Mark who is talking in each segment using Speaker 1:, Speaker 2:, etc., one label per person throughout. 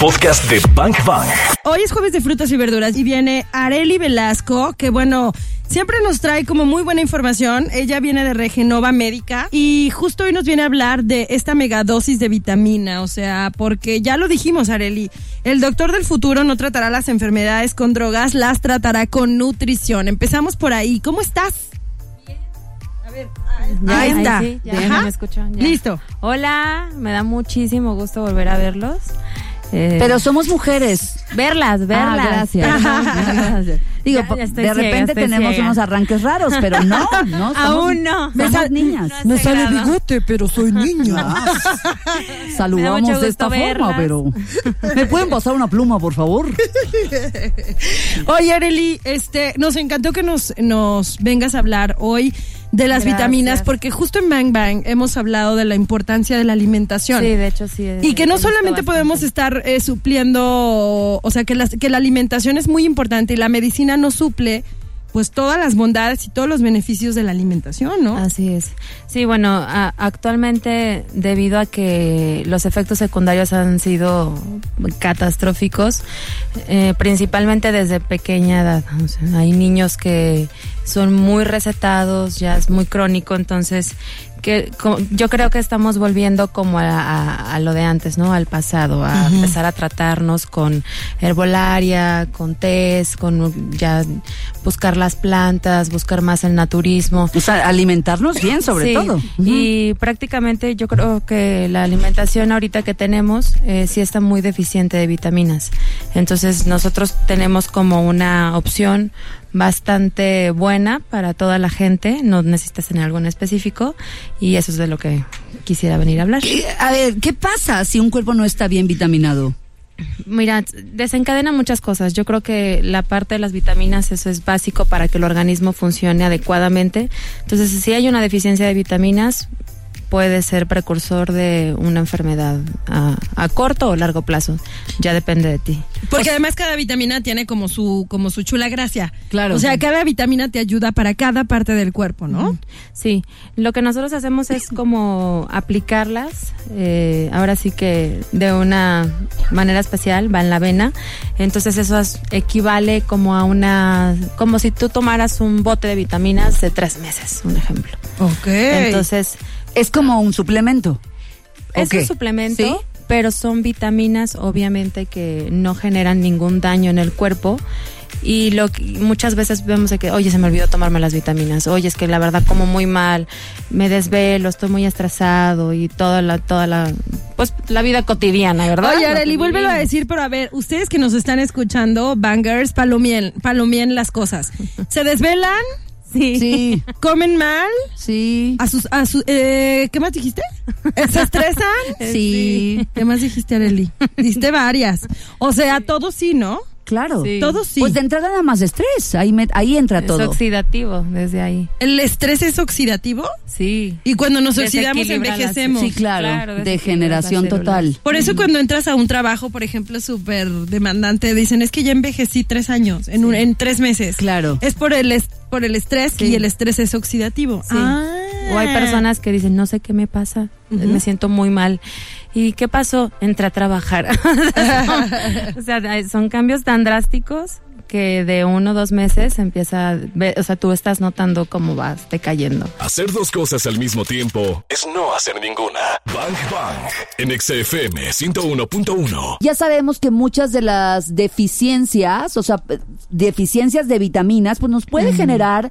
Speaker 1: podcast de Bank Bang.
Speaker 2: Hoy es jueves de frutas y verduras y viene Areli Velasco, que bueno, siempre nos trae como muy buena información. Ella viene de Regenova Médica y justo hoy nos viene a hablar de esta megadosis de vitamina, o sea, porque ya lo dijimos, Areli, el doctor del futuro no tratará las enfermedades con drogas, las tratará con nutrición. Empezamos por ahí. ¿Cómo estás? A ver,
Speaker 3: Ya,
Speaker 2: ahí está.
Speaker 3: sí, ya,
Speaker 2: Ajá.
Speaker 3: ya me escuchan, ya.
Speaker 2: Listo.
Speaker 3: Hola, me da muchísimo gusto volver a verlos. Eh,
Speaker 4: Pero somos mujeres.
Speaker 3: verlas, verlas.
Speaker 4: Ah, gracias. Gracias. Digo,
Speaker 3: Ya- ya estoy
Speaker 4: de
Speaker 3: ciega,
Speaker 4: repente
Speaker 3: estoy
Speaker 4: tenemos
Speaker 3: ciega.
Speaker 4: unos arranques raros, pero no, no. somos-
Speaker 3: Aún no.
Speaker 4: somos
Speaker 3: Me sal-
Speaker 4: niñas.
Speaker 3: no Me sé sale grado.
Speaker 4: bigote, pero soy niña.
Speaker 3: Me da mucho
Speaker 4: Saludamos
Speaker 3: gusto
Speaker 4: de esta
Speaker 3: verlas.
Speaker 4: forma, pero. ¿Me pueden pasar una pluma, por favor?
Speaker 2: Oye, Areli, este, nos encantó que nos, nos vengas a hablar hoy de las
Speaker 3: Gracias.
Speaker 2: vitaminas, porque justo en Bang Bang hemos hablado de la importancia de la alimentación.
Speaker 3: Sí, de hecho sí.
Speaker 2: Y que no
Speaker 3: he visto
Speaker 2: solamente
Speaker 3: bastante.
Speaker 2: podemos estar eh, supliendo, o sea, que, las- que la alimentación es muy importante y la medicina no suple, pues todas las bondades y todos los beneficios de la alimentación, ¿no?
Speaker 3: Así es. Sí, bueno, a- actualmente debido a que los efectos secundarios han sido catastróficos, eh, principalmente desde pequeña edad. O sea, hay niños que son muy recetados, ya es muy crónico, entonces que co- yo creo que estamos volviendo como a, a- a lo de antes, ¿no? Al pasado, a empezar a tratarnos con herbolaria, con test, con ya buscar las plantas, buscar más el naturismo.
Speaker 4: O sea, alimentarnos bien, sobre
Speaker 3: Sí,
Speaker 4: todo.
Speaker 3: Y prácticamente yo creo que la alimentación ahorita que tenemos eh, sí está muy deficiente de vitaminas. Entonces nosotros tenemos como una opción bastante buena para toda la gente, no necesitas tener algo en específico y eso es de lo que quisiera venir a hablar.
Speaker 4: ¿Qué- A ver, ¿qué pasa si un cuerpo no está bien vitaminado?
Speaker 3: Mira, desencadena muchas cosas. Yo creo que la parte de las vitaminas, eso es básico para que el organismo funcione adecuadamente. Entonces, si hay una deficiencia de vitaminas, puede ser precursor de una enfermedad a, a corto o largo plazo. Ya depende de ti.
Speaker 2: Porque además cada vitamina tiene como su, como su chula gracia.
Speaker 4: Claro.
Speaker 2: O sea, cada vitamina te ayuda para cada parte del cuerpo, ¿no?
Speaker 3: Mm. Sí, lo que nosotros hacemos es como aplicarlas, eh, ahora sí que de una manera especial, va en la vena, entonces eso es- equivale como a una, como si tú tomaras un bote de vitaminas de tres meses, un ejemplo.
Speaker 2: Ok.
Speaker 3: Entonces,
Speaker 4: Es como un suplemento. ¿O
Speaker 3: es
Speaker 4: qué?
Speaker 3: un suplemento,
Speaker 4: ¿Sí?
Speaker 3: pero son vitaminas obviamente que no generan ningún daño en el cuerpo. Y lo que- muchas veces vemos de que, oye, se me olvidó tomarme las vitaminas, oye, es que la verdad como muy mal, me desvelo, estoy muy estresado y toda la, toda la, pues la vida cotidiana, ¿verdad?
Speaker 2: Oye,
Speaker 3: Lo que
Speaker 2: Areli, vuélvelo a
Speaker 3: vivimos.
Speaker 2: decir, pero a ver, ustedes que nos están escuchando, bangers, palomien, palomien las cosas. ¿Se desvelan?
Speaker 3: Sí.
Speaker 4: Sí,
Speaker 2: ¿Comen mal?
Speaker 4: sí,
Speaker 2: A sus, a su- eh, ¿Qué más dijiste? ¿Se estresan?
Speaker 4: sí.
Speaker 2: ¿Qué más dijiste, Areli? Diste varias. O sea, todo sí, ¿no?
Speaker 4: Claro.
Speaker 3: Sí.
Speaker 2: Todo sí.
Speaker 4: Pues de entrada nada más estrés, ahí, me- ahí entra
Speaker 3: Es
Speaker 4: todo.
Speaker 3: oxidativo desde ahí.
Speaker 2: ¿El estrés es oxidativo?
Speaker 3: Sí.
Speaker 2: Y cuando nos oxidamos,
Speaker 3: Desequilibra las-
Speaker 2: envejecemos.
Speaker 4: Sí, claro,
Speaker 3: Claro,
Speaker 4: degeneración
Speaker 3: desequilibra las
Speaker 4: total.
Speaker 2: Por eso cuando entras a un trabajo, por ejemplo, súper demandante, dicen, es que ya envejecí tres años, en, un- en tres meses.
Speaker 4: Claro.
Speaker 2: Es por el, est- por el estrés
Speaker 3: Sí.
Speaker 2: y el estrés es oxidativo. Ah.
Speaker 3: Sí. O hay personas que dicen, no sé qué me pasa, me siento muy mal. ¿Y qué pasó? Entré a trabajar. o sea, son cambios tan drásticos que de uno o dos meses empieza, a ver- o sea, tú estás notando cómo vas decayendo.
Speaker 1: Hacer dos cosas al mismo tiempo es no hacer ninguna. Bang Bang en XFM 101.1.
Speaker 4: Ya sabemos que muchas de las deficiencias, o sea, p- deficiencias de vitaminas, pues nos puede generar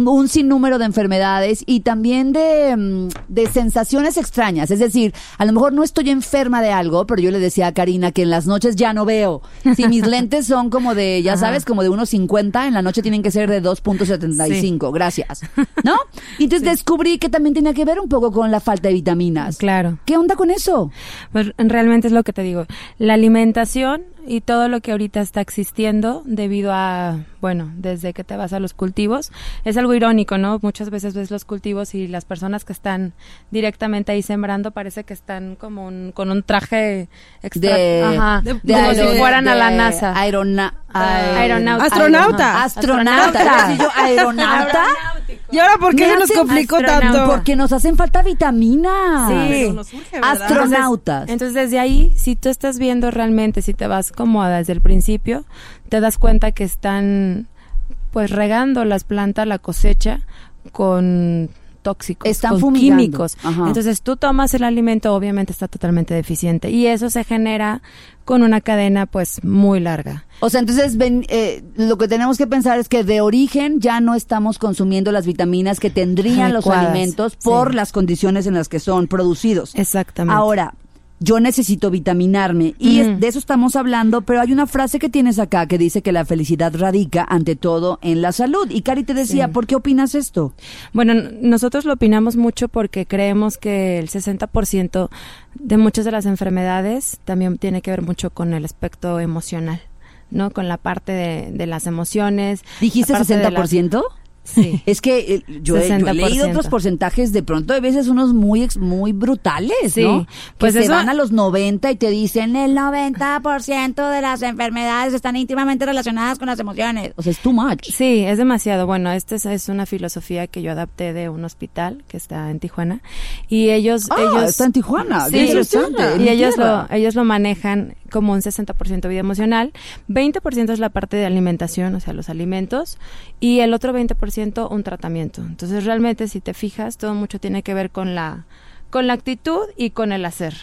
Speaker 4: un sinnúmero de enfermedades y también de, mm, de sensaciones extrañas. Es decir, a lo mejor no estoy enferma de algo, pero yo le decía a Karina que en las noches ya no veo. Si mis lentes son como de, ya sabes, como de 1,50, en la noche tienen que ser de 2,75. Gracias. ¿No? Y entonces descubrí que también tenía que ver un poco con la falta de vitaminas.
Speaker 3: Claro.
Speaker 4: ¿Qué onda con eso?
Speaker 3: Pues realmente es lo que te digo. La alimentación y todo lo que ahorita está existiendo debido a, bueno, desde que te vas a los cultivos, es algo irónico, ¿no? Muchas veces ves los cultivos y las personas que están directamente ahí sembrando parece que están como un- con un traje extra,
Speaker 4: de,
Speaker 3: ajá,
Speaker 2: de-
Speaker 3: como
Speaker 2: aero-
Speaker 3: si fueran a la
Speaker 4: de
Speaker 3: NASA.
Speaker 4: aerona- aer-
Speaker 3: Aeronauta.
Speaker 2: Astronauta.
Speaker 4: Astronauta.
Speaker 3: Astronauta.
Speaker 4: Iba a decir yo, aeronauta.
Speaker 2: ¿Y ahora por qué
Speaker 4: Me
Speaker 2: se nos
Speaker 4: hacen
Speaker 2: complicó
Speaker 3: astronauta.
Speaker 2: tanto? Ah,
Speaker 4: Porque nos hacen falta vitaminas.
Speaker 3: Sí.
Speaker 2: nos surge, ¿verdad?
Speaker 4: Astronautas.
Speaker 3: Entonces, desde ahí, si tú estás viendo realmente, si te vas cómoda desde el principio, te das cuenta que están pues regando las plantas, la cosecha con tóxicos,
Speaker 4: Están
Speaker 3: con
Speaker 4: fumigando.
Speaker 3: químicos.
Speaker 4: Ajá.
Speaker 3: Entonces, tú tomas el alimento, obviamente está totalmente deficiente y eso se genera con una cadena pues muy larga.
Speaker 4: O sea, entonces ven, eh, lo que tenemos que pensar es que de origen ya no estamos consumiendo las vitaminas que tendrían los
Speaker 3: Adecuadas,
Speaker 4: alimentos
Speaker 3: sí.
Speaker 4: por las condiciones en las que son producidos.
Speaker 3: Exactamente.
Speaker 4: Ahora, yo necesito vitaminarme y es-
Speaker 3: Ujú.
Speaker 4: de eso estamos hablando, pero hay una frase que tienes acá que dice que la felicidad radica ante todo en la salud. Y Cari te decía, ¿por qué opinas esto?
Speaker 3: Bueno, n- nosotros lo opinamos mucho porque creemos que el 60% de muchas de las enfermedades también tiene que ver mucho con el aspecto emocional, ¿no? Con la parte de, de las emociones.
Speaker 4: ¿Dijiste
Speaker 3: la parte de la-
Speaker 4: 60%?
Speaker 3: Sí.
Speaker 4: Es que eh, yo, he- yo he leído
Speaker 3: 60%.
Speaker 4: otros porcentajes de pronto, de veces unos muy ex- muy brutales,
Speaker 3: Sí,
Speaker 4: ¿no?
Speaker 3: pues
Speaker 4: que se
Speaker 3: eso-
Speaker 4: van a los 90 y te dicen el 90% de las enfermedades están íntimamente relacionadas con las emociones. O sea, es too much.
Speaker 3: Sí, es demasiado. Bueno, esta es, es una filosofía que yo adapté de un hospital que está en Tijuana y ellos
Speaker 4: Ah,
Speaker 3: ellos
Speaker 4: está en Tijuana. Qué interesante, en mi
Speaker 3: Y ellos
Speaker 4: tierra.
Speaker 3: lo ellos lo manejan como un 60% vida emocional, 20% es la parte de alimentación, o sea, los alimentos y el otro 20% un tratamiento. Entonces, realmente si te fijas, todo mucho tiene que ver con la con la actitud y con el hacer.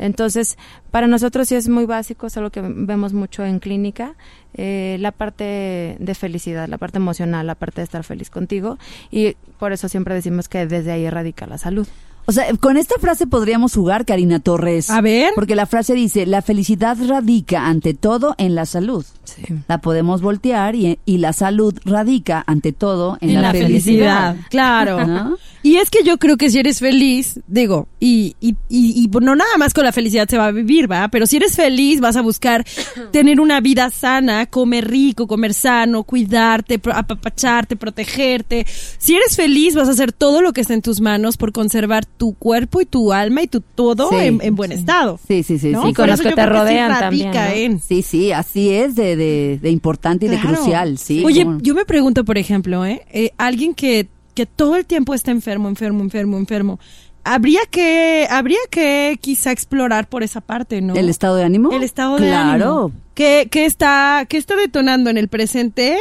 Speaker 3: Entonces, para nosotros sí es muy básico, es algo que vemos mucho en clínica, eh, la parte de felicidad, la parte emocional, la parte de estar feliz contigo y por eso siempre decimos que desde ahí radica la salud.
Speaker 4: O sea, con esta frase podríamos jugar, Karina Torres.
Speaker 2: A ver.
Speaker 4: Porque la frase dice, la felicidad radica ante todo en la salud.
Speaker 3: Sí.
Speaker 4: La podemos voltear y, y la salud radica ante todo en,
Speaker 2: en la felicidad, claro.
Speaker 4: ¿No?
Speaker 2: Y es que yo creo que si eres feliz, digo, y, y, y, y no nada más con la felicidad se va a vivir, ¿va? Pero si eres feliz, vas a buscar tener una vida sana, comer rico, comer sano, cuidarte, pro- apapacharte, protegerte. Si eres feliz, vas a hacer todo lo que está en tus manos por conservar tu cuerpo y tu alma y tu todo
Speaker 4: Sí,
Speaker 2: en, en buen estado.
Speaker 4: Sí, sí, sí.
Speaker 2: ¿no?
Speaker 4: sí.
Speaker 3: Y con
Speaker 2: Por
Speaker 3: los
Speaker 2: eso
Speaker 3: que
Speaker 2: yo
Speaker 3: te
Speaker 2: creo sí
Speaker 3: rodean
Speaker 2: radica
Speaker 3: también,
Speaker 2: en-
Speaker 4: Sí, sí, así es de, de, de importante y de
Speaker 2: Claro.
Speaker 4: crucial, sí.
Speaker 2: Oye,
Speaker 4: cómo no.
Speaker 2: yo me pregunto, por ejemplo, ¿eh? Eh, alguien que, que todo el tiempo está enfermo, enfermo, enfermo, enfermo. Habría que, habría que quizá explorar por esa parte, ¿no?
Speaker 4: ¿El estado de ánimo?
Speaker 2: El estado de
Speaker 4: claro.
Speaker 2: ánimo. ¿Qué, qué está, qué está detonando en el presente?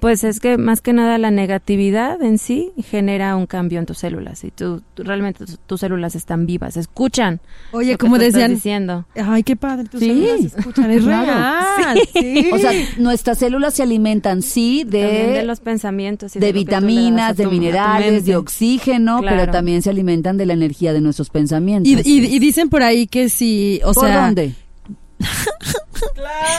Speaker 3: Pues es que más que nada la negatividad en sí genera un cambio en tus células y tú, tú- realmente tus, tus células están vivas, escuchan.
Speaker 2: Oye,
Speaker 3: lo que
Speaker 2: como
Speaker 3: tú estás
Speaker 2: decían-
Speaker 3: diciendo.
Speaker 2: Ay, qué padre, tus
Speaker 4: Sí.
Speaker 2: células escuchan, es
Speaker 4: Claro.
Speaker 2: real. Sí.
Speaker 4: O sea, nuestras células se alimentan, sí,
Speaker 3: También
Speaker 4: de,
Speaker 3: de los pensamientos y
Speaker 4: de
Speaker 3: lo que tú le das a
Speaker 4: vitaminas, de
Speaker 3: tu- a tu
Speaker 4: minerales,
Speaker 3: mente.
Speaker 4: de oxígeno, pero
Speaker 3: Claro.
Speaker 4: también se alimentan de la energía de nuestros pensamientos.
Speaker 2: y, y- y dicen por ahí que si, o
Speaker 4: ¿Por
Speaker 2: sea,
Speaker 4: dónde?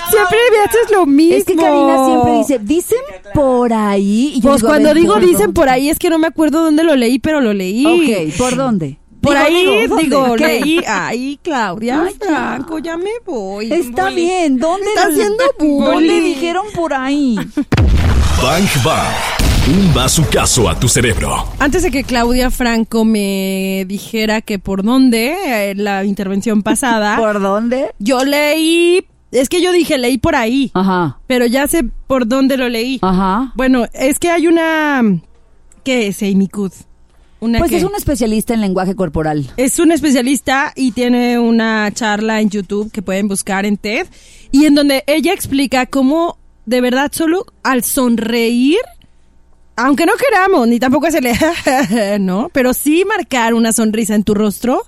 Speaker 2: siempre me haces lo mismo.
Speaker 4: Es que Karina siempre dice, dicen por ahí. y yo
Speaker 2: Pues
Speaker 4: a
Speaker 2: cuando
Speaker 4: ver,
Speaker 2: digo
Speaker 4: ¿por
Speaker 2: dicen
Speaker 4: dónde?
Speaker 2: por ahí es que no me acuerdo dónde lo leí, pero lo leí.
Speaker 4: Ok, ¿por dónde?
Speaker 2: Por
Speaker 4: Digo,
Speaker 2: ahí,
Speaker 4: digo, ¿dónde?
Speaker 2: digo,
Speaker 4: ¿Qué?
Speaker 2: leí, ahí, Claudia
Speaker 4: Ay, ya.
Speaker 2: Franco, ya me voy.
Speaker 4: Está
Speaker 2: Bullying.
Speaker 4: bien, ¿dónde
Speaker 2: Está
Speaker 4: lo-
Speaker 2: haciendo
Speaker 4: ¿Dónde
Speaker 2: bullying.
Speaker 4: dijeron por ahí?
Speaker 1: Bang Bang. Un bazucazo a tu cerebro.
Speaker 2: Antes de que Claudia Franco me dijera que por dónde, eh, la intervención pasada,
Speaker 4: ¿Por dónde?
Speaker 2: yo leí, es que yo dije leí por ahí,
Speaker 4: Ajá,
Speaker 2: pero ya sé por dónde lo leí.
Speaker 4: ajá.
Speaker 2: Bueno, es que hay una, ¿qué es Amy Good? Una
Speaker 4: Pues
Speaker 2: que-
Speaker 4: es un especialista en lenguaje corporal.
Speaker 2: Es un especialista y tiene una charla en YouTube que pueden buscar en TED y en donde ella explica cómo de verdad solo al sonreír, aunque no queramos, ni tampoco hacerle, ¿no? Pero sí marcar una sonrisa en tu rostro,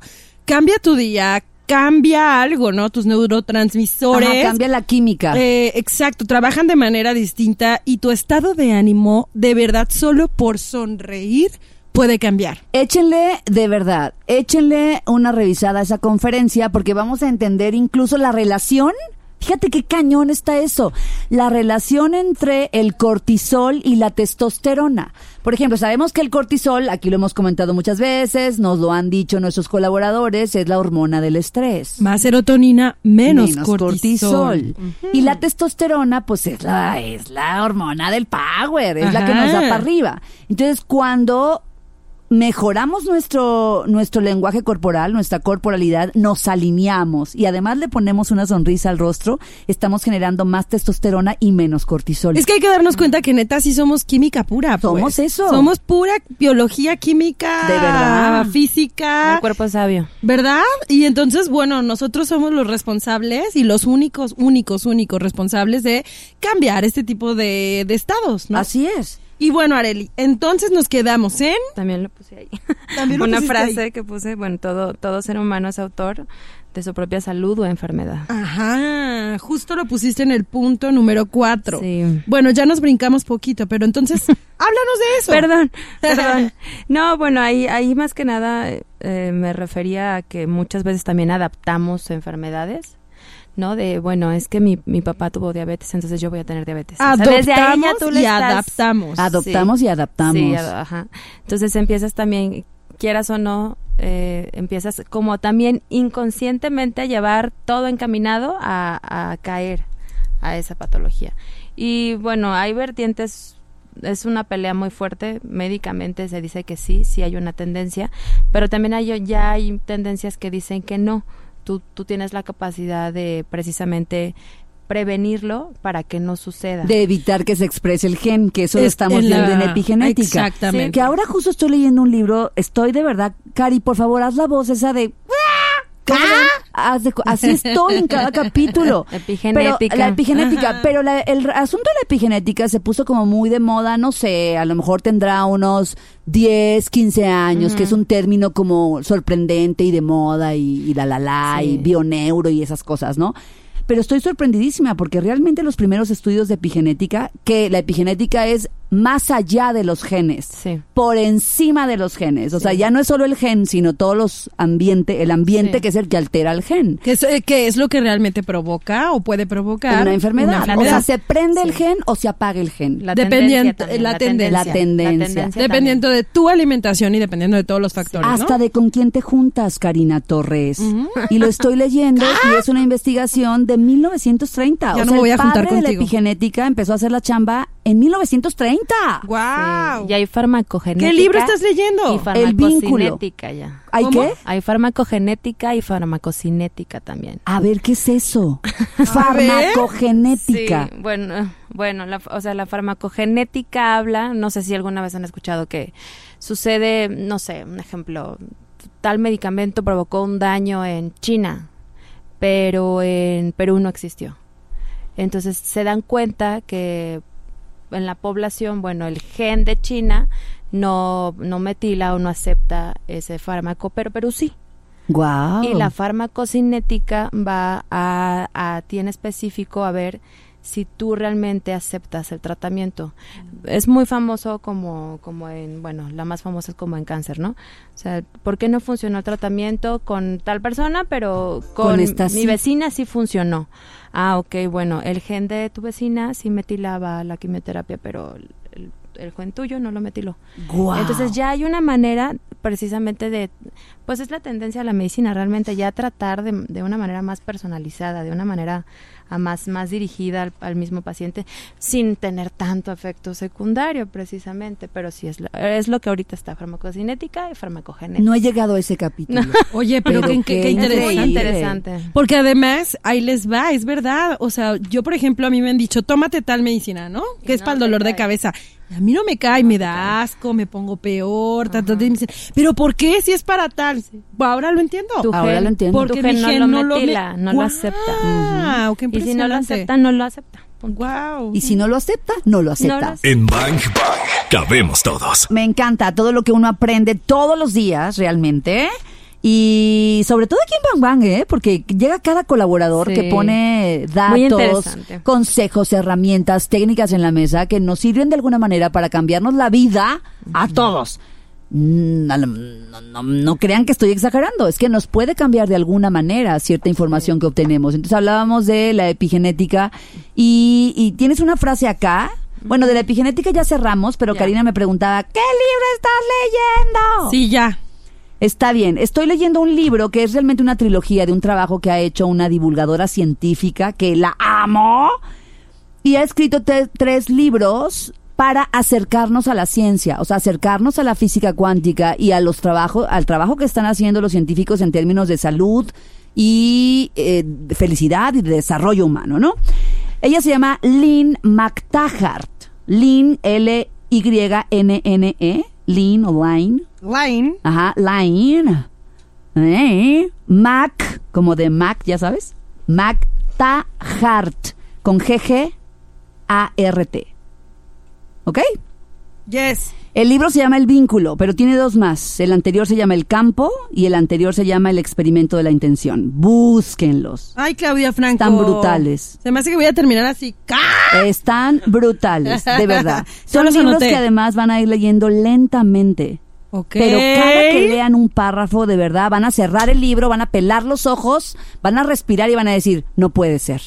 Speaker 2: cambia tu día, cambia algo, ¿no? Tus neurotransmisores.
Speaker 4: Ajá, cambia la química.
Speaker 2: Eh, exacto, trabajan de manera distinta y tu estado de ánimo, de verdad, solo por sonreír puede cambiar.
Speaker 4: Échenle, de verdad, échenle una revisada a esa conferencia porque vamos a entender incluso la relación. Fíjate qué cañón está eso. La relación entre el cortisol y la testosterona. Por ejemplo, sabemos que el cortisol, aquí lo hemos comentado muchas veces, nos lo han dicho nuestros colaboradores, es la hormona del estrés.
Speaker 2: Más serotonina, menos, cortisol.
Speaker 4: Y la testosterona, pues es la, es la hormona del power, es la que
Speaker 2: Ajá.
Speaker 4: nos da para arriba. Entonces, cuando mejoramos nuestro, nuestro lenguaje corporal, nuestra corporalidad, nos alineamos y además le ponemos una sonrisa al rostro, estamos generando más testosterona y menos cortisol.
Speaker 2: Es que hay que darnos cuenta que neta sí somos química pura. pues.
Speaker 4: Mm. Somos eso.
Speaker 2: Somos pura biología química.
Speaker 4: De verdad.
Speaker 2: Física.
Speaker 3: El cuerpo es sabio.
Speaker 2: ¿Verdad? Y entonces, bueno, nosotros somos los responsables y los únicos, únicos, únicos responsables de cambiar este tipo de, de estados, ¿no?
Speaker 4: Así es.
Speaker 2: Y bueno, Areli, entonces nos quedamos en...
Speaker 3: También lo puse ahí.
Speaker 2: También lo
Speaker 3: Una
Speaker 2: pusiste
Speaker 3: frase
Speaker 2: ahí.
Speaker 3: que puse, bueno, todo, todo ser humano es autor de su propia salud o enfermedad.
Speaker 2: Ah, Ajá, justo lo pusiste en el punto número cuatro.
Speaker 3: Sí.
Speaker 2: Bueno, ya nos brincamos poquito, pero entonces, háblanos de eso.
Speaker 3: Perdón, perdón. No, bueno, ahí, ahí más que nada eh, me refería a que muchas veces también adaptamos enfermedades, ¿no? De, bueno, es que mi, mi papá tuvo diabetes, entonces yo voy a tener diabetes. O sea,
Speaker 2: Adoptamos
Speaker 3: desde ahí ya tú le
Speaker 2: y
Speaker 3: estás-
Speaker 2: adaptamos.
Speaker 4: Adoptamos y adaptamos.
Speaker 3: Sí, ad- ajá. Entonces empiezas también, quieras o no, eh, empiezas como también inconscientemente a llevar todo encaminado a, a caer a esa patología. Y bueno, hay vertientes, es una pelea muy fuerte, médicamente se dice que sí, sí hay una tendencia, pero también hay, ya hay tendencias que dicen que no. Tú, tú tienes la capacidad de precisamente prevenirlo para que no suceda.
Speaker 4: De evitar que se exprese el gen, que eso lo
Speaker 2: Es
Speaker 4: estamos
Speaker 2: en la-
Speaker 4: viendo en epigenética.
Speaker 2: Exactamente.
Speaker 4: Que ahora justo estoy leyendo un libro, estoy de verdad, Cari, por favor, haz la voz esa de...
Speaker 2: ¿Ah?
Speaker 4: ¿Cómo le- haz de cu- Así estoy en cada capítulo.
Speaker 3: Epigenética.
Speaker 4: Pero la epigenética. Pero la- el asunto de la epigenética se puso como muy de moda, no sé, a lo mejor tendrá unos 10, 15 años, que es un término como sorprendente y de moda y, y la la la
Speaker 3: Sí.
Speaker 4: y bioneuro y esas cosas, ¿no? Pero estoy sorprendidísima porque realmente los primeros estudios de epigenética, que la epigenética es más allá de los genes,
Speaker 3: Sí.
Speaker 4: por encima de los genes. O sea, ya no es solo el gen, sino todos los ambiente, el ambiente
Speaker 3: Sí.
Speaker 4: que es el que altera el gen.
Speaker 2: Que es, eh, que es lo que realmente provoca o puede provocar
Speaker 4: Una enfermedad. O sea,
Speaker 2: enfermedad.
Speaker 4: se prende el
Speaker 3: Sí.
Speaker 4: gen o se apaga el gen.
Speaker 3: La
Speaker 2: Dependiendo-
Speaker 3: tendencia también,
Speaker 2: la tendencia.
Speaker 4: La tendencia
Speaker 2: dependiendo de tu alimentación y dependiendo de todos los factores.
Speaker 4: Hasta
Speaker 2: ¿no?
Speaker 4: de con quién te juntas, Karina Torres. Y lo estoy leyendo y es una investigación de 1930.
Speaker 2: Ya no
Speaker 4: o sea,
Speaker 2: me voy
Speaker 4: el
Speaker 2: a juntar
Speaker 4: padre de la
Speaker 2: contigo.
Speaker 4: epigenética empezó a hacer la chamba en 1930.
Speaker 2: ¡Guau!
Speaker 3: Y hay farmacogenética.
Speaker 2: ¿Qué libro estás leyendo?
Speaker 3: Y
Speaker 4: El vínculo.
Speaker 3: farmacocinética ya.
Speaker 4: ¿Hay
Speaker 2: ¿Cómo?
Speaker 4: qué?
Speaker 3: Hay farmacogenética y farmacocinética también.
Speaker 4: A ver, ¿qué es eso?
Speaker 2: ver.
Speaker 4: Farmacogenética.
Speaker 3: Sí, bueno, bueno, la- o sea, la farmacogenética habla, no sé si alguna vez han escuchado que sucede, no sé, un ejemplo, tal medicamento provocó un daño en China, pero en Perú no existió. Entonces se dan cuenta que en la población, bueno, el gen de China no, no metila o no acepta ese fármaco, pero Perú sí.
Speaker 4: Guau.
Speaker 3: Y la farmacocinética va a, a ti en específico a ver si tú realmente aceptas el tratamiento. Es muy famoso como, como en, bueno, la más famosa es como en cáncer, ¿no? O sea, ¿por qué no funcionó el tratamiento con tal persona, pero con,
Speaker 4: Con esta
Speaker 3: mi
Speaker 4: sí?
Speaker 3: vecina sí funcionó? Ah, ok, bueno, el gen de tu vecina sí metilaba la quimioterapia, pero el, el- el gen tuyo no lo metiló.
Speaker 4: Guau.
Speaker 3: Entonces ya hay una manera precisamente de, pues es la tendencia a la medicina realmente, ya tratar de, de una manera más personalizada, de una manera a más, más dirigida al, al mismo paciente, sin tener tanto efecto secundario precisamente, pero sí es, la- es lo que ahorita está, farmacocinética y farmacogenética.
Speaker 4: No he llegado a ese capítulo.
Speaker 2: Oye, pero,
Speaker 4: Pero
Speaker 2: qué- qué-
Speaker 4: qué
Speaker 2: qué
Speaker 3: Es muy
Speaker 2: interesante.
Speaker 4: increíble.
Speaker 3: interesante.
Speaker 2: Porque además, ahí les va, es verdad. O sea, yo, por ejemplo, a mí me han dicho, tómate tal medicina, ¿no? Que
Speaker 3: Y
Speaker 2: es
Speaker 3: no
Speaker 2: para el
Speaker 3: te
Speaker 2: dolor de
Speaker 3: cae.
Speaker 2: cabeza. Y A mí no me cae, me da asco, me pongo peor, ta, ta, ta, y me dicen, pero ¿por qué si es para tal? Ahora lo entiendo.
Speaker 3: Tu
Speaker 4: Ahora
Speaker 3: gen-
Speaker 4: lo entiendo.
Speaker 3: tu
Speaker 2: Porque mi
Speaker 3: gen
Speaker 2: gen
Speaker 3: no
Speaker 2: no
Speaker 3: lo
Speaker 2: lo me-
Speaker 3: metila, no lo
Speaker 2: ¡Guau!
Speaker 3: acepta.
Speaker 2: qué
Speaker 3: y si no lo
Speaker 2: impresionante.
Speaker 3: acepta, no lo acepta. Punto.
Speaker 2: Wow.
Speaker 4: Y si no lo acepta,
Speaker 3: No
Speaker 4: no lo
Speaker 3: lo
Speaker 4: acepta.
Speaker 3: acepta.
Speaker 1: En Bang Bang cabemos todos.
Speaker 4: Me encanta todo lo que uno aprende todos los días, realmente. Y sobre todo aquí en Bang Bang, ¿eh? Porque llega cada colaborador
Speaker 3: Sí.
Speaker 4: que pone
Speaker 3: Muy
Speaker 4: datos,
Speaker 3: interesante.
Speaker 4: consejos, herramientas, técnicas en la mesa que nos sirven de alguna manera para cambiarnos la vida a todos. Mm, a la- No, no- no crean que estoy exagerando, es que nos puede cambiar de alguna manera cierta información que obtenemos. Entonces hablábamos de la epigenética y, y tienes una frase acá. Bueno, de la epigenética ya cerramos, pero
Speaker 3: Ya.
Speaker 4: Karina me preguntaba, ¿qué libro estás leyendo?
Speaker 2: Sí, ya.
Speaker 4: Está bien, estoy leyendo un libro que es realmente una trilogía de un trabajo que ha hecho una divulgadora científica que la amo y ha escrito te- tres libros para acercarnos a la ciencia, o sea, acercarnos a la física cuántica y a los trabajos, al trabajo que están haciendo los científicos en términos de salud y eh, de felicidad y de desarrollo humano, ¿no? Ella se llama Lynn McTaggart, Lynn L Y N N E, Lynn o Line,
Speaker 2: Line.
Speaker 4: Ajá, Line. ¿Eh? Mac, como de Mac, ya sabes. Mac Tahart, con GG A R T. ¿Ok?
Speaker 2: Yes.
Speaker 4: El libro se llama El vínculo, pero tiene dos más. El anterior se llama El campo y el anterior se llama El experimento de la intención. Búsquenlos.
Speaker 2: Ay, Claudia Franco.
Speaker 4: Tan brutales.
Speaker 2: Se me hace que voy a terminar así. ¡Ca!
Speaker 4: Están brutales, de verdad.
Speaker 2: Ya
Speaker 4: Son
Speaker 2: los
Speaker 4: libros
Speaker 2: anoté.
Speaker 4: que además van a ir leyendo lentamente.
Speaker 2: Ok.
Speaker 4: Pero cada que lean un párrafo, de verdad, van a cerrar el libro, van a pelar los ojos, van a respirar y van a decir, no puede ser.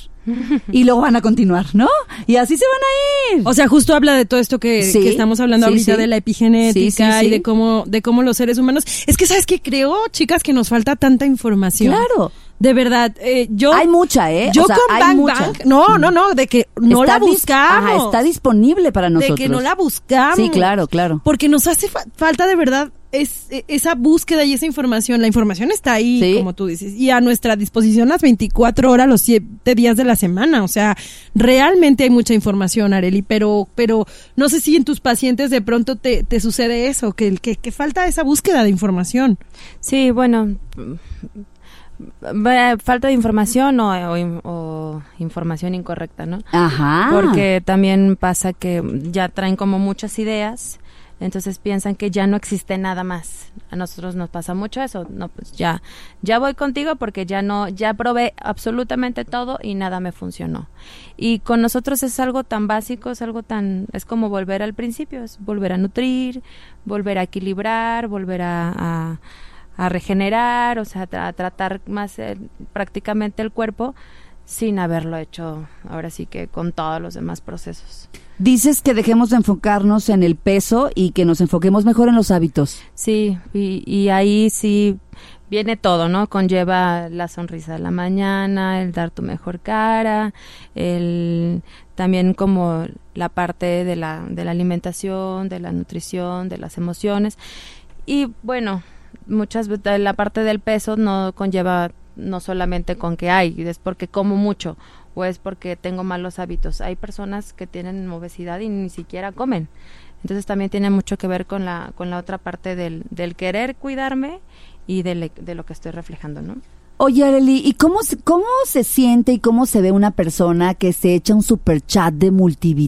Speaker 4: Y luego van a continuar, ¿no? Y así se van a ir.
Speaker 2: O sea, justo habla de todo esto que,
Speaker 4: Sí,
Speaker 2: que estamos hablando
Speaker 4: sí,
Speaker 2: ahorita
Speaker 4: sí.
Speaker 2: de la epigenética
Speaker 4: Sí, sí, sí.
Speaker 2: y de cómo, de cómo los seres humanos. Es que sabes que creo, chicas, que nos falta tanta información.
Speaker 4: Claro.
Speaker 2: De verdad, eh, yo
Speaker 4: Hay mucha, ¿eh?
Speaker 2: Yo
Speaker 4: O sea,
Speaker 2: con
Speaker 4: hay
Speaker 2: Bang
Speaker 4: mucha.
Speaker 2: Bang, no, no, no, de que no
Speaker 4: Está
Speaker 2: la
Speaker 4: dis-
Speaker 2: buscamos,
Speaker 4: Ajá, está disponible para
Speaker 2: de
Speaker 4: nosotros.
Speaker 2: que no la buscamos.
Speaker 4: Sí, claro, claro.
Speaker 2: Porque nos hace fa- falta de verdad es, e- esa búsqueda y esa información. La información está ahí,
Speaker 4: Sí.
Speaker 2: como tú dices, y a nuestra disposición las 24 horas, los 7 días de la semana. O sea, realmente hay mucha información, Areli, pero, pero no sé si en tus pacientes de pronto te, te sucede eso, que, que, que falta esa búsqueda de información.
Speaker 3: Sí, bueno, mm, eh, falta de información o, eh, o in- o información incorrecta, ¿no?
Speaker 4: Ajá.
Speaker 3: Porque también pasa que ya traen como muchas ideas, entonces piensan que ya no existe nada más. A nosotros nos pasa mucho eso. No, pues ya, ya voy contigo porque ya no, ya probé absolutamente todo y nada me funcionó. Y con nosotros es algo tan básico, es algo tan, es como volver al principio, es volver a nutrir, volver a equilibrar, volver a- a a regenerar, o sea, a tratar más eh, prácticamente el cuerpo sin haberlo hecho ahora sí que con todos los demás procesos.
Speaker 4: Dices que dejemos de enfocarnos en el peso y que nos enfoquemos mejor en los hábitos.
Speaker 3: Sí, y, y ahí sí viene todo, ¿no? Conlleva la sonrisa de la mañana, el dar tu mejor cara, el también como la parte de la, de la alimentación, de la nutrición, de las emociones. Y bueno, muchas veces la parte del peso no conlleva no solamente con que hay, es porque como mucho o es porque tengo malos hábitos. Hay personas que tienen obesidad y ni siquiera comen. Entonces también tiene mucho que ver con la, con la otra parte del, del querer cuidarme y del- de lo que estoy reflejando, ¿no?
Speaker 4: Oye, Areli, ¿y cómo, se- cómo se siente y cómo se ve una persona que se echa un superchat de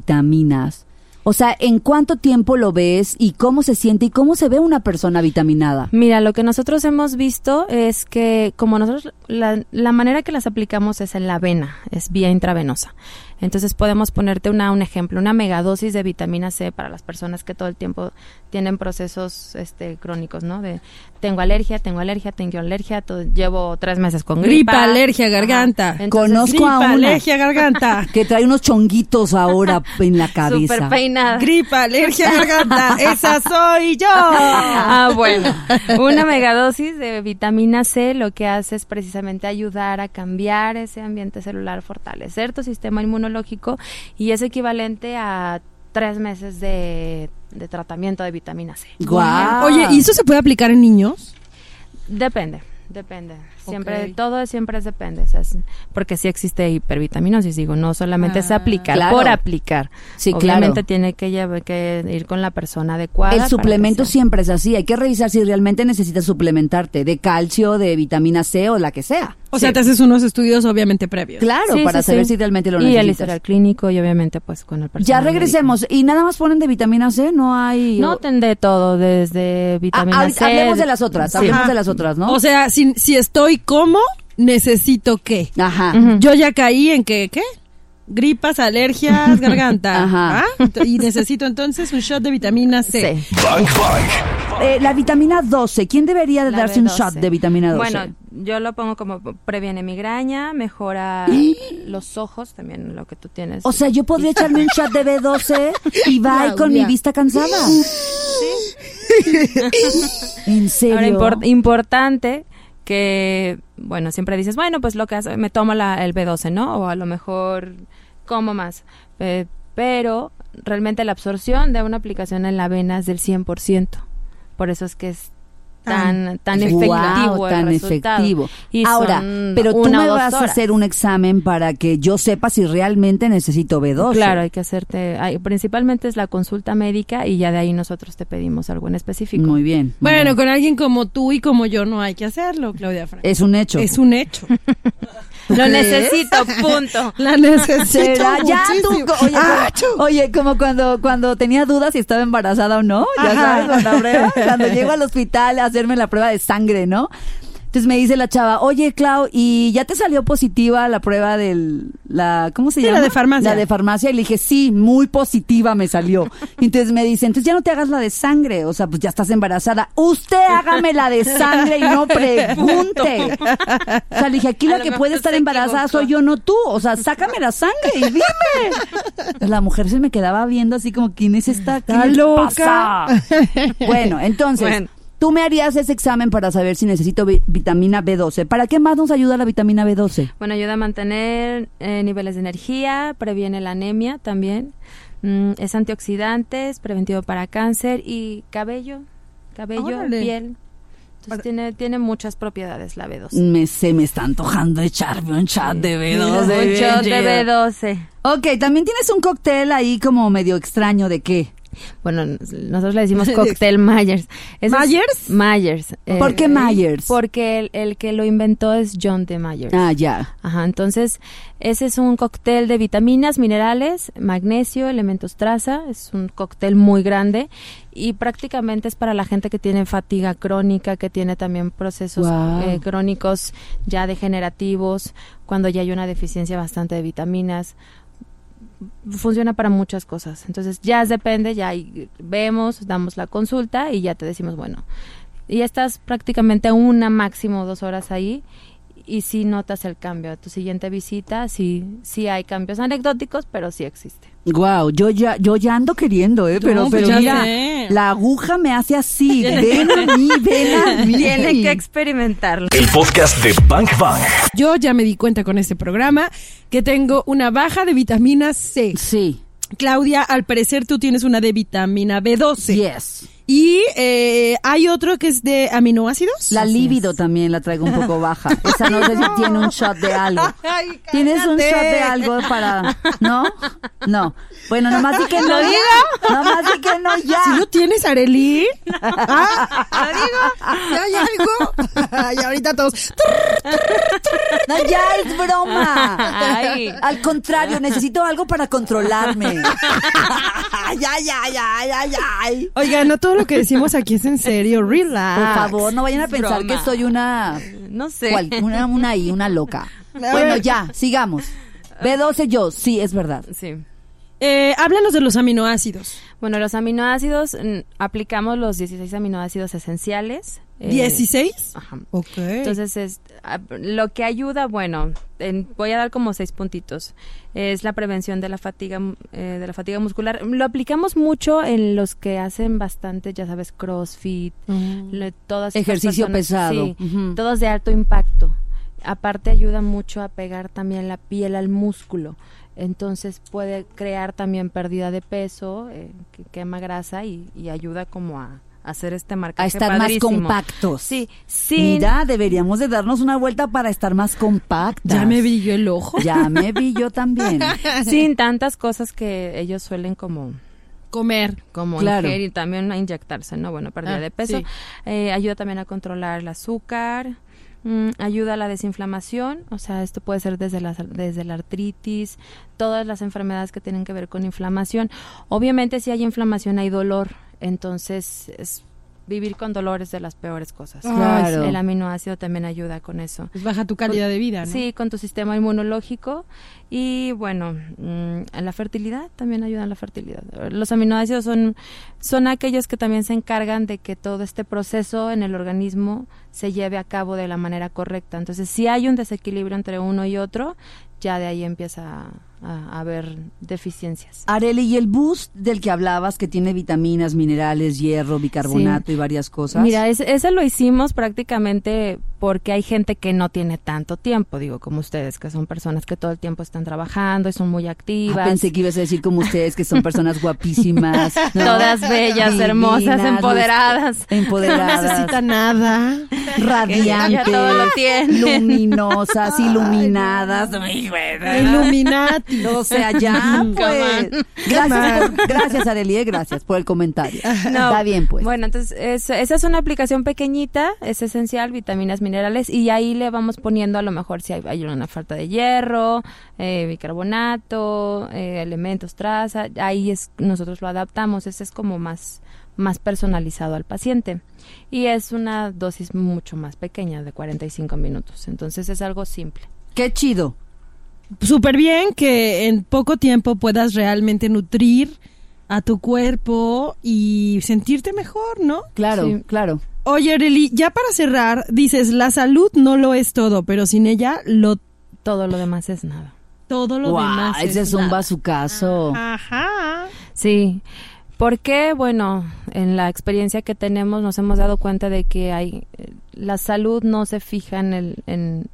Speaker 4: multivitaminas? O sea, ¿en cuánto tiempo lo ves y cómo se siente y cómo se ve una persona vitaminada?
Speaker 3: Mira, lo que nosotros hemos visto es que como nosotros la, la manera que las aplicamos es en la vena, es vía intravenosa. Entonces podemos ponerte una, un ejemplo, una megadosis de vitamina C para las personas que todo el tiempo tienen procesos este, crónicos, ¿no? De tengo alergia, tengo alergia, tengo alergia, to- llevo tres meses con gripa.
Speaker 2: Gripa, alergia, garganta.
Speaker 3: Ajá.
Speaker 4: Conozco
Speaker 2: Gripa,
Speaker 4: a una.
Speaker 2: alergia, garganta.
Speaker 4: Que trae unos chonguitos ahora en la cabeza.
Speaker 3: Súper peinada.
Speaker 2: Gripa, alergia, garganta. Esa soy yo.
Speaker 3: Ah, bueno. Una megadosis de vitamina C lo que hace es precisamente ayudar a cambiar ese ambiente celular, fortalecer tu sistema inmunológico y es equivalente a tres meses de, de tratamiento de vitamina C.
Speaker 4: Guau.
Speaker 2: Oye, ¿y eso se puede aplicar en niños?
Speaker 3: Depende, depende. Siempre,
Speaker 2: Ok.
Speaker 3: todo siempre es depende. o sea, es- porque sí existe hipervitaminosis, digo, no solamente es aplicar,
Speaker 4: Claro.
Speaker 3: por aplicar.
Speaker 4: Sí, claro.
Speaker 3: Obviamente tiene que, llevar, que ir con la persona adecuada.
Speaker 4: El
Speaker 3: para que
Speaker 4: suplemento
Speaker 3: sea-
Speaker 4: siempre es así. Hay que revisar si realmente necesitas suplementarte de calcio, de vitamina C o la que sea.
Speaker 2: O sea, te haces unos estudios obviamente previos.
Speaker 4: Claro,
Speaker 3: Sí,
Speaker 4: para
Speaker 3: sí,
Speaker 4: saber
Speaker 3: sí.
Speaker 4: si realmente
Speaker 3: Y
Speaker 4: lo
Speaker 3: el
Speaker 4: necesitas.
Speaker 3: historial clínico y obviamente pues con el
Speaker 4: ya
Speaker 3: personal
Speaker 4: regresemos. ¿Y nada más ponen de vitamina C? No hay...
Speaker 3: médico. No, ten de todo, desde vitamina
Speaker 4: Ah, ahorita
Speaker 3: C.
Speaker 4: Hablemos de las otras,
Speaker 3: Sí.
Speaker 4: hablemos
Speaker 2: Ajá.
Speaker 4: de las otras, ¿no?
Speaker 2: O sea, si, si estoy como, necesito qué.
Speaker 4: Ajá.
Speaker 2: Yo ya caí en que, ¿qué? Gripas, alergias, garganta.
Speaker 4: Ajá.
Speaker 2: ¿Ah? Ent- Y necesito entonces un shot de vitamina C.
Speaker 3: Sí.
Speaker 1: Bang Bang.
Speaker 4: Eh, la vitamina 12, ¿quién debería de
Speaker 3: La
Speaker 4: darse un
Speaker 3: B12.
Speaker 4: shot de vitamina 12?
Speaker 3: Bueno, yo lo pongo como previene migraña, mejora los ojos, también lo que tú tienes.
Speaker 4: o sea, yo podría echarme un shot de B12 y va con mi vista cansada. ¿En serio?
Speaker 3: Ahora, impor- importante que, bueno, siempre dices, bueno, pues lo que hace, me tomo la, el B12, ¿no? O a lo mejor como más. Eh, pero realmente la absorción de una aplicación en la vena es del 100%. Por eso es que es tan, tan efectivo.
Speaker 4: Guau,
Speaker 3: el
Speaker 4: tan
Speaker 3: resultado.
Speaker 4: efectivo.
Speaker 3: Y
Speaker 4: Ahora,
Speaker 3: son
Speaker 4: pero tú
Speaker 3: una o
Speaker 4: me
Speaker 3: dos
Speaker 4: vas a
Speaker 3: horas.
Speaker 4: hacer un examen para que yo sepa si realmente necesito B12.
Speaker 3: Claro, hay que hacerte, hay- principalmente es la consulta médica y ya de ahí nosotros te pedimos algo en específico.
Speaker 4: Muy bien. muy
Speaker 2: Bueno,
Speaker 4: bien.
Speaker 2: con alguien como tú y como yo no hay que hacerlo, Claudia Franco.
Speaker 4: es un hecho.
Speaker 2: Es un hecho.
Speaker 4: ¿Tú
Speaker 3: Lo
Speaker 4: crees?
Speaker 3: necesito, punto.
Speaker 2: La necesito
Speaker 4: ¿Será? Ya tú,
Speaker 2: muchísimo.
Speaker 4: co- oye,
Speaker 2: Ah,
Speaker 4: como, oye, como cuando, cuando tenía dudas si estaba embarazada o no, ya
Speaker 2: Ajá.
Speaker 4: sabes, con la prueba, cuando llego al hospital a hacerme la prueba de sangre, ¿no? Entonces me dice la chava, oye, Clau, ¿y ya te salió positiva la prueba del, la, ¿cómo se
Speaker 2: Sí, la
Speaker 4: llama?
Speaker 2: de farmacia.
Speaker 4: La de farmacia. Y le dije, sí, muy positiva me salió. Entonces me dice, entonces ya no te hagas la de sangre, o sea, pues ya estás embarazada. Usted hágame la de sangre y no pregunte. O sea, le dije, aquí
Speaker 3: A
Speaker 4: la
Speaker 3: lo
Speaker 4: que
Speaker 3: mejor
Speaker 4: puede estar
Speaker 3: se
Speaker 4: embarazada
Speaker 3: equivocó.
Speaker 4: soy yo, no tú. O sea, sácame la sangre y dime. La mujer se me quedaba viendo así como, ¿quién es esta? ¿Qué
Speaker 2: Está
Speaker 4: le
Speaker 2: loca.
Speaker 4: pasa? Bueno, entonces,
Speaker 3: Bueno.
Speaker 4: tú me harías ese examen para saber si necesito vi- vitamina B12. ¿Para qué más nos ayuda la vitamina B12?
Speaker 3: Bueno, ayuda a mantener eh, niveles de energía, previene la anemia también, mm, es antioxidante, es preventivo para cáncer y cabello, cabello,
Speaker 2: Órale.
Speaker 3: piel. Entonces tiene, tiene muchas propiedades la B12.
Speaker 4: Me, se me está antojando echarme un chat de B12.
Speaker 3: Un
Speaker 4: bien
Speaker 3: shot de
Speaker 4: chido.
Speaker 3: B12.
Speaker 4: Ok, también tienes un cóctel ahí como medio extraño de qué.
Speaker 3: Bueno, n- nosotros le decimos cóctel Myers. Eso es-
Speaker 2: ¿Myers?
Speaker 3: Myers. eh,
Speaker 4: ¿Por qué Myers?
Speaker 3: Porque el, el que lo inventó es John D. Myers.
Speaker 4: Ah, ya.
Speaker 3: Ajá, entonces ese es un cóctel de vitaminas, minerales, magnesio, elementos traza, es un cóctel muy grande y prácticamente es para la gente que tiene fatiga crónica, que tiene también procesos
Speaker 4: Guau.
Speaker 3: eh, crónicos ya degenerativos, cuando ya hay una deficiencia bastante de vitaminas. Funciona para muchas cosas. Entonces ya depende, ya ahí vemos, damos la consulta y ya te decimos, bueno, y estás prácticamente una máximo dos horas ahí y si notas el cambio a tu siguiente visita, sí, sí hay cambios anecdóticos, pero sí existe.
Speaker 4: Wow, yo ya, yo ya ando queriendo, ¿eh? Pero,
Speaker 2: No, pues ya
Speaker 4: pero mira,
Speaker 2: sé.
Speaker 4: la aguja me hace así. Ven a mí, ven a mí.
Speaker 3: experimentarlo.
Speaker 1: El podcast de Bank Bang.
Speaker 2: Yo ya me di cuenta con este programa que tengo una baja de vitamina C.
Speaker 4: Sí,
Speaker 2: Claudia, al parecer tú tienes una de vitamina B12.
Speaker 4: yes.
Speaker 2: Y eh, hay otro que es de aminoácidos.
Speaker 4: La libido también la traigo un poco baja. Esa no sé si tiene un shot de algo.
Speaker 2: Ay,
Speaker 4: ¿Tienes un
Speaker 2: cállate.
Speaker 4: shot de algo para...? ¿No? No. Bueno, nomás di que no
Speaker 2: ¿Lo digo?
Speaker 4: ya. Nomás di que no ya.
Speaker 2: Si no tienes, Areli. Ah, ¿la digo? ¿Ya hay algo? Ay, ahorita todos.
Speaker 4: No, ya es broma.
Speaker 3: Ay.
Speaker 4: Al contrario, necesito algo para controlarme. Ay, ay, ay, ay, ay, ay.
Speaker 2: Oiga, no todo lo que decimos aquí es en serio. Relax.
Speaker 4: Por favor, no vayan a
Speaker 3: Ah, es
Speaker 4: pensar
Speaker 3: broma.
Speaker 4: que soy una...
Speaker 3: No sé.
Speaker 4: cual- una, una y una loca. Bueno, ya, sigamos. B12 yo, sí, es verdad.
Speaker 3: Sí.
Speaker 2: Eh, háblanos de los aminoácidos.
Speaker 3: Bueno, los aminoácidos, mm, aplicamos los 16 aminoácidos esenciales. eh,
Speaker 2: ¿16?
Speaker 3: Ajá.
Speaker 2: Ok.
Speaker 3: Entonces, es, ah, lo que ayuda, bueno, en- voy a dar como seis puntitos. Es la prevención de la fatiga, mm, eh, de la fatiga muscular. Lo aplicamos mucho en los que hacen bastante, ya sabes, CrossFit,
Speaker 4: Mm.
Speaker 3: le- todas estas
Speaker 4: Ejercicio pesado.
Speaker 3: sí,
Speaker 4: Ujú.
Speaker 3: todos de alto impacto. Aparte ayuda mucho a pegar también la piel al músculo. Entonces puede crear también pérdida de peso, eh, que quema grasa y, y ayuda como a hacer este marcaje
Speaker 4: A estar más
Speaker 3: padrísimo.
Speaker 4: compactos.
Speaker 3: Sí, sin
Speaker 4: Mira, deberíamos de darnos una vuelta para estar más compactas.
Speaker 2: ya me brilló el ojo.
Speaker 4: Ya me vi yo también.
Speaker 3: sin tantas cosas que ellos suelen como
Speaker 2: Comer.
Speaker 3: como
Speaker 4: Claro.
Speaker 3: ingerir también a inyectarse no bueno pérdida
Speaker 2: Ah,
Speaker 3: de peso
Speaker 2: sí.
Speaker 3: Eh, ayuda también a controlar el azúcar mm, ayuda a la desinflamación o sea esto puede ser desde la desde la artritis todas las enfermedades que tienen que ver con inflamación obviamente si hay inflamación hay dolor entonces es vivir con dolor es de las peores cosas
Speaker 4: Claro.
Speaker 3: el aminoácido también ayuda con eso
Speaker 2: Pues baja tu calidad de vida, ¿no?
Speaker 3: Sí, con tu sistema inmunológico y bueno, mm, a la fertilidad también ayuda a la fertilidad. Los aminoácidos son son aquellos que también se encargan de que todo este proceso en el organismo se lleve a cabo de la manera correcta. Entonces, si hay un desequilibrio entre uno y otro, ya de ahí empieza a, a haber deficiencias.
Speaker 4: Areli, ¿y el boost del que hablabas que tiene vitaminas, minerales, hierro, bicarbonato y varias cosas?
Speaker 3: Mira, ese, ese lo hicimos prácticamente porque hay gente que no tiene tanto tiempo, digo, como ustedes, que son personas que todo el tiempo están trabajando y son muy activas.
Speaker 4: Ah, pensé que ibas a decir como ustedes, que son personas guapísimas. ¿no?
Speaker 3: Todas bellas, hermosas, empoderadas.
Speaker 4: Empoderadas.
Speaker 2: No necesita nada.
Speaker 4: Radiantes.
Speaker 3: Ya todo lo tiene.
Speaker 4: Luminosas, iluminadas. Ay, bueno.
Speaker 2: Illuminati.
Speaker 4: O sea, ya,
Speaker 3: Come
Speaker 4: pues.
Speaker 3: on.
Speaker 4: Gracias, por- gracias Arelie, gracias por el comentario.
Speaker 3: No.
Speaker 4: Está bien, pues.
Speaker 3: Bueno, entonces es- esa es una aplicación pequeñita, es esencial, vitaminas, minerales, y ahí le vamos poniendo a lo mejor si hay, hay una falta de hierro, eh, bicarbonato, eh, elementos, traza, ahí es nosotros lo adaptamos, ese es como más, más personalizado al paciente. Y es una dosis mucho más pequeña, de 45 minutos, entonces es algo simple.
Speaker 4: Qué chido.
Speaker 2: Súper bien que en poco tiempo puedas realmente nutrir a tu cuerpo y sentirte mejor, ¿no?
Speaker 4: Claro,
Speaker 3: Sí.
Speaker 4: claro.
Speaker 2: Oye, Areli, ya para cerrar, dices, la salud no lo es todo, pero sin ella lo
Speaker 3: Todo lo demás es nada.
Speaker 2: todo lo
Speaker 4: Guau,
Speaker 2: demás.
Speaker 4: ese es un
Speaker 2: nada.
Speaker 4: bazucazo.
Speaker 3: Ah.
Speaker 2: Ajá.
Speaker 3: Sí. Porque, bueno, en la experiencia que tenemos nos hemos dado cuenta de que hay eh, la salud no se fija en el en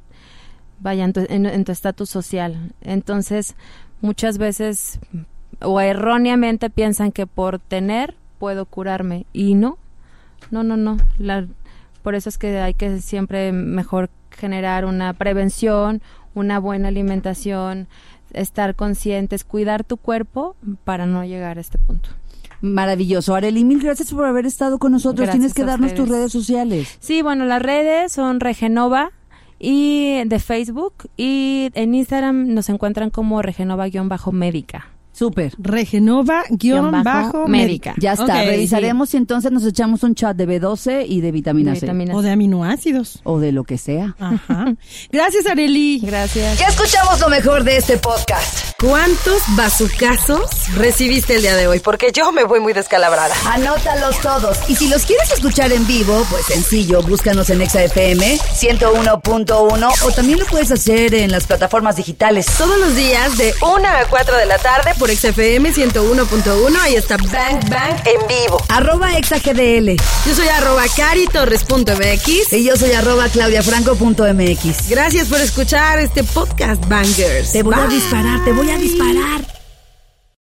Speaker 3: vaya en tu en- en tu estatus social. Entonces, muchas veces o erróneamente piensan que por tener puedo curarme y no. No, no, no. La- por eso es que hay que siempre mejor generar una prevención, una buena alimentación, estar conscientes, cuidar tu cuerpo para no llegar a este punto.
Speaker 4: Maravilloso. Areli, mil gracias por haber estado con nosotros.
Speaker 3: Gracias
Speaker 4: Tienes que
Speaker 3: a
Speaker 4: darnos tus
Speaker 3: ustedes.
Speaker 4: redes sociales.
Speaker 3: Sí, bueno, las redes son Regenova y de Facebook y en Instagram nos encuentran como Regenova-médica.
Speaker 4: Súper.
Speaker 2: Regenova guión
Speaker 3: Guión bajo
Speaker 2: bajo
Speaker 3: médica.
Speaker 4: Ya está,
Speaker 2: Ok,
Speaker 4: revisaremos y entonces nos echamos un chat de B12 y de vitamina,
Speaker 3: De
Speaker 2: sí.
Speaker 3: vitamina
Speaker 2: O
Speaker 3: C.
Speaker 2: de aminoácidos.
Speaker 4: C. O de lo que sea.
Speaker 2: Ajá. Gracias, Areli.
Speaker 3: Gracias.
Speaker 5: Ya escuchamos lo mejor de este podcast. ¿Cuántos bazucazos recibiste el día de hoy? Porque yo me voy muy descalabrada.
Speaker 4: Anótalos todos. Y si los quieres escuchar en vivo, pues sencillo, búscanos en ExaFM 101.1 o también lo puedes hacer en las plataformas digitales.
Speaker 5: Todos los días de 1 a 4 de la tarde por XFM 101.1. Ahí está Bang Bang en vivo.
Speaker 4: Arroba ExaGDL.
Speaker 5: Yo soy arroba caritorres.mx.
Speaker 4: Y yo soy arroba claudiafranco.mx.
Speaker 5: Gracias por escuchar este podcast, Bangers.
Speaker 4: Te voy a
Speaker 5: Bye.
Speaker 4: disparar, te voy a disparar.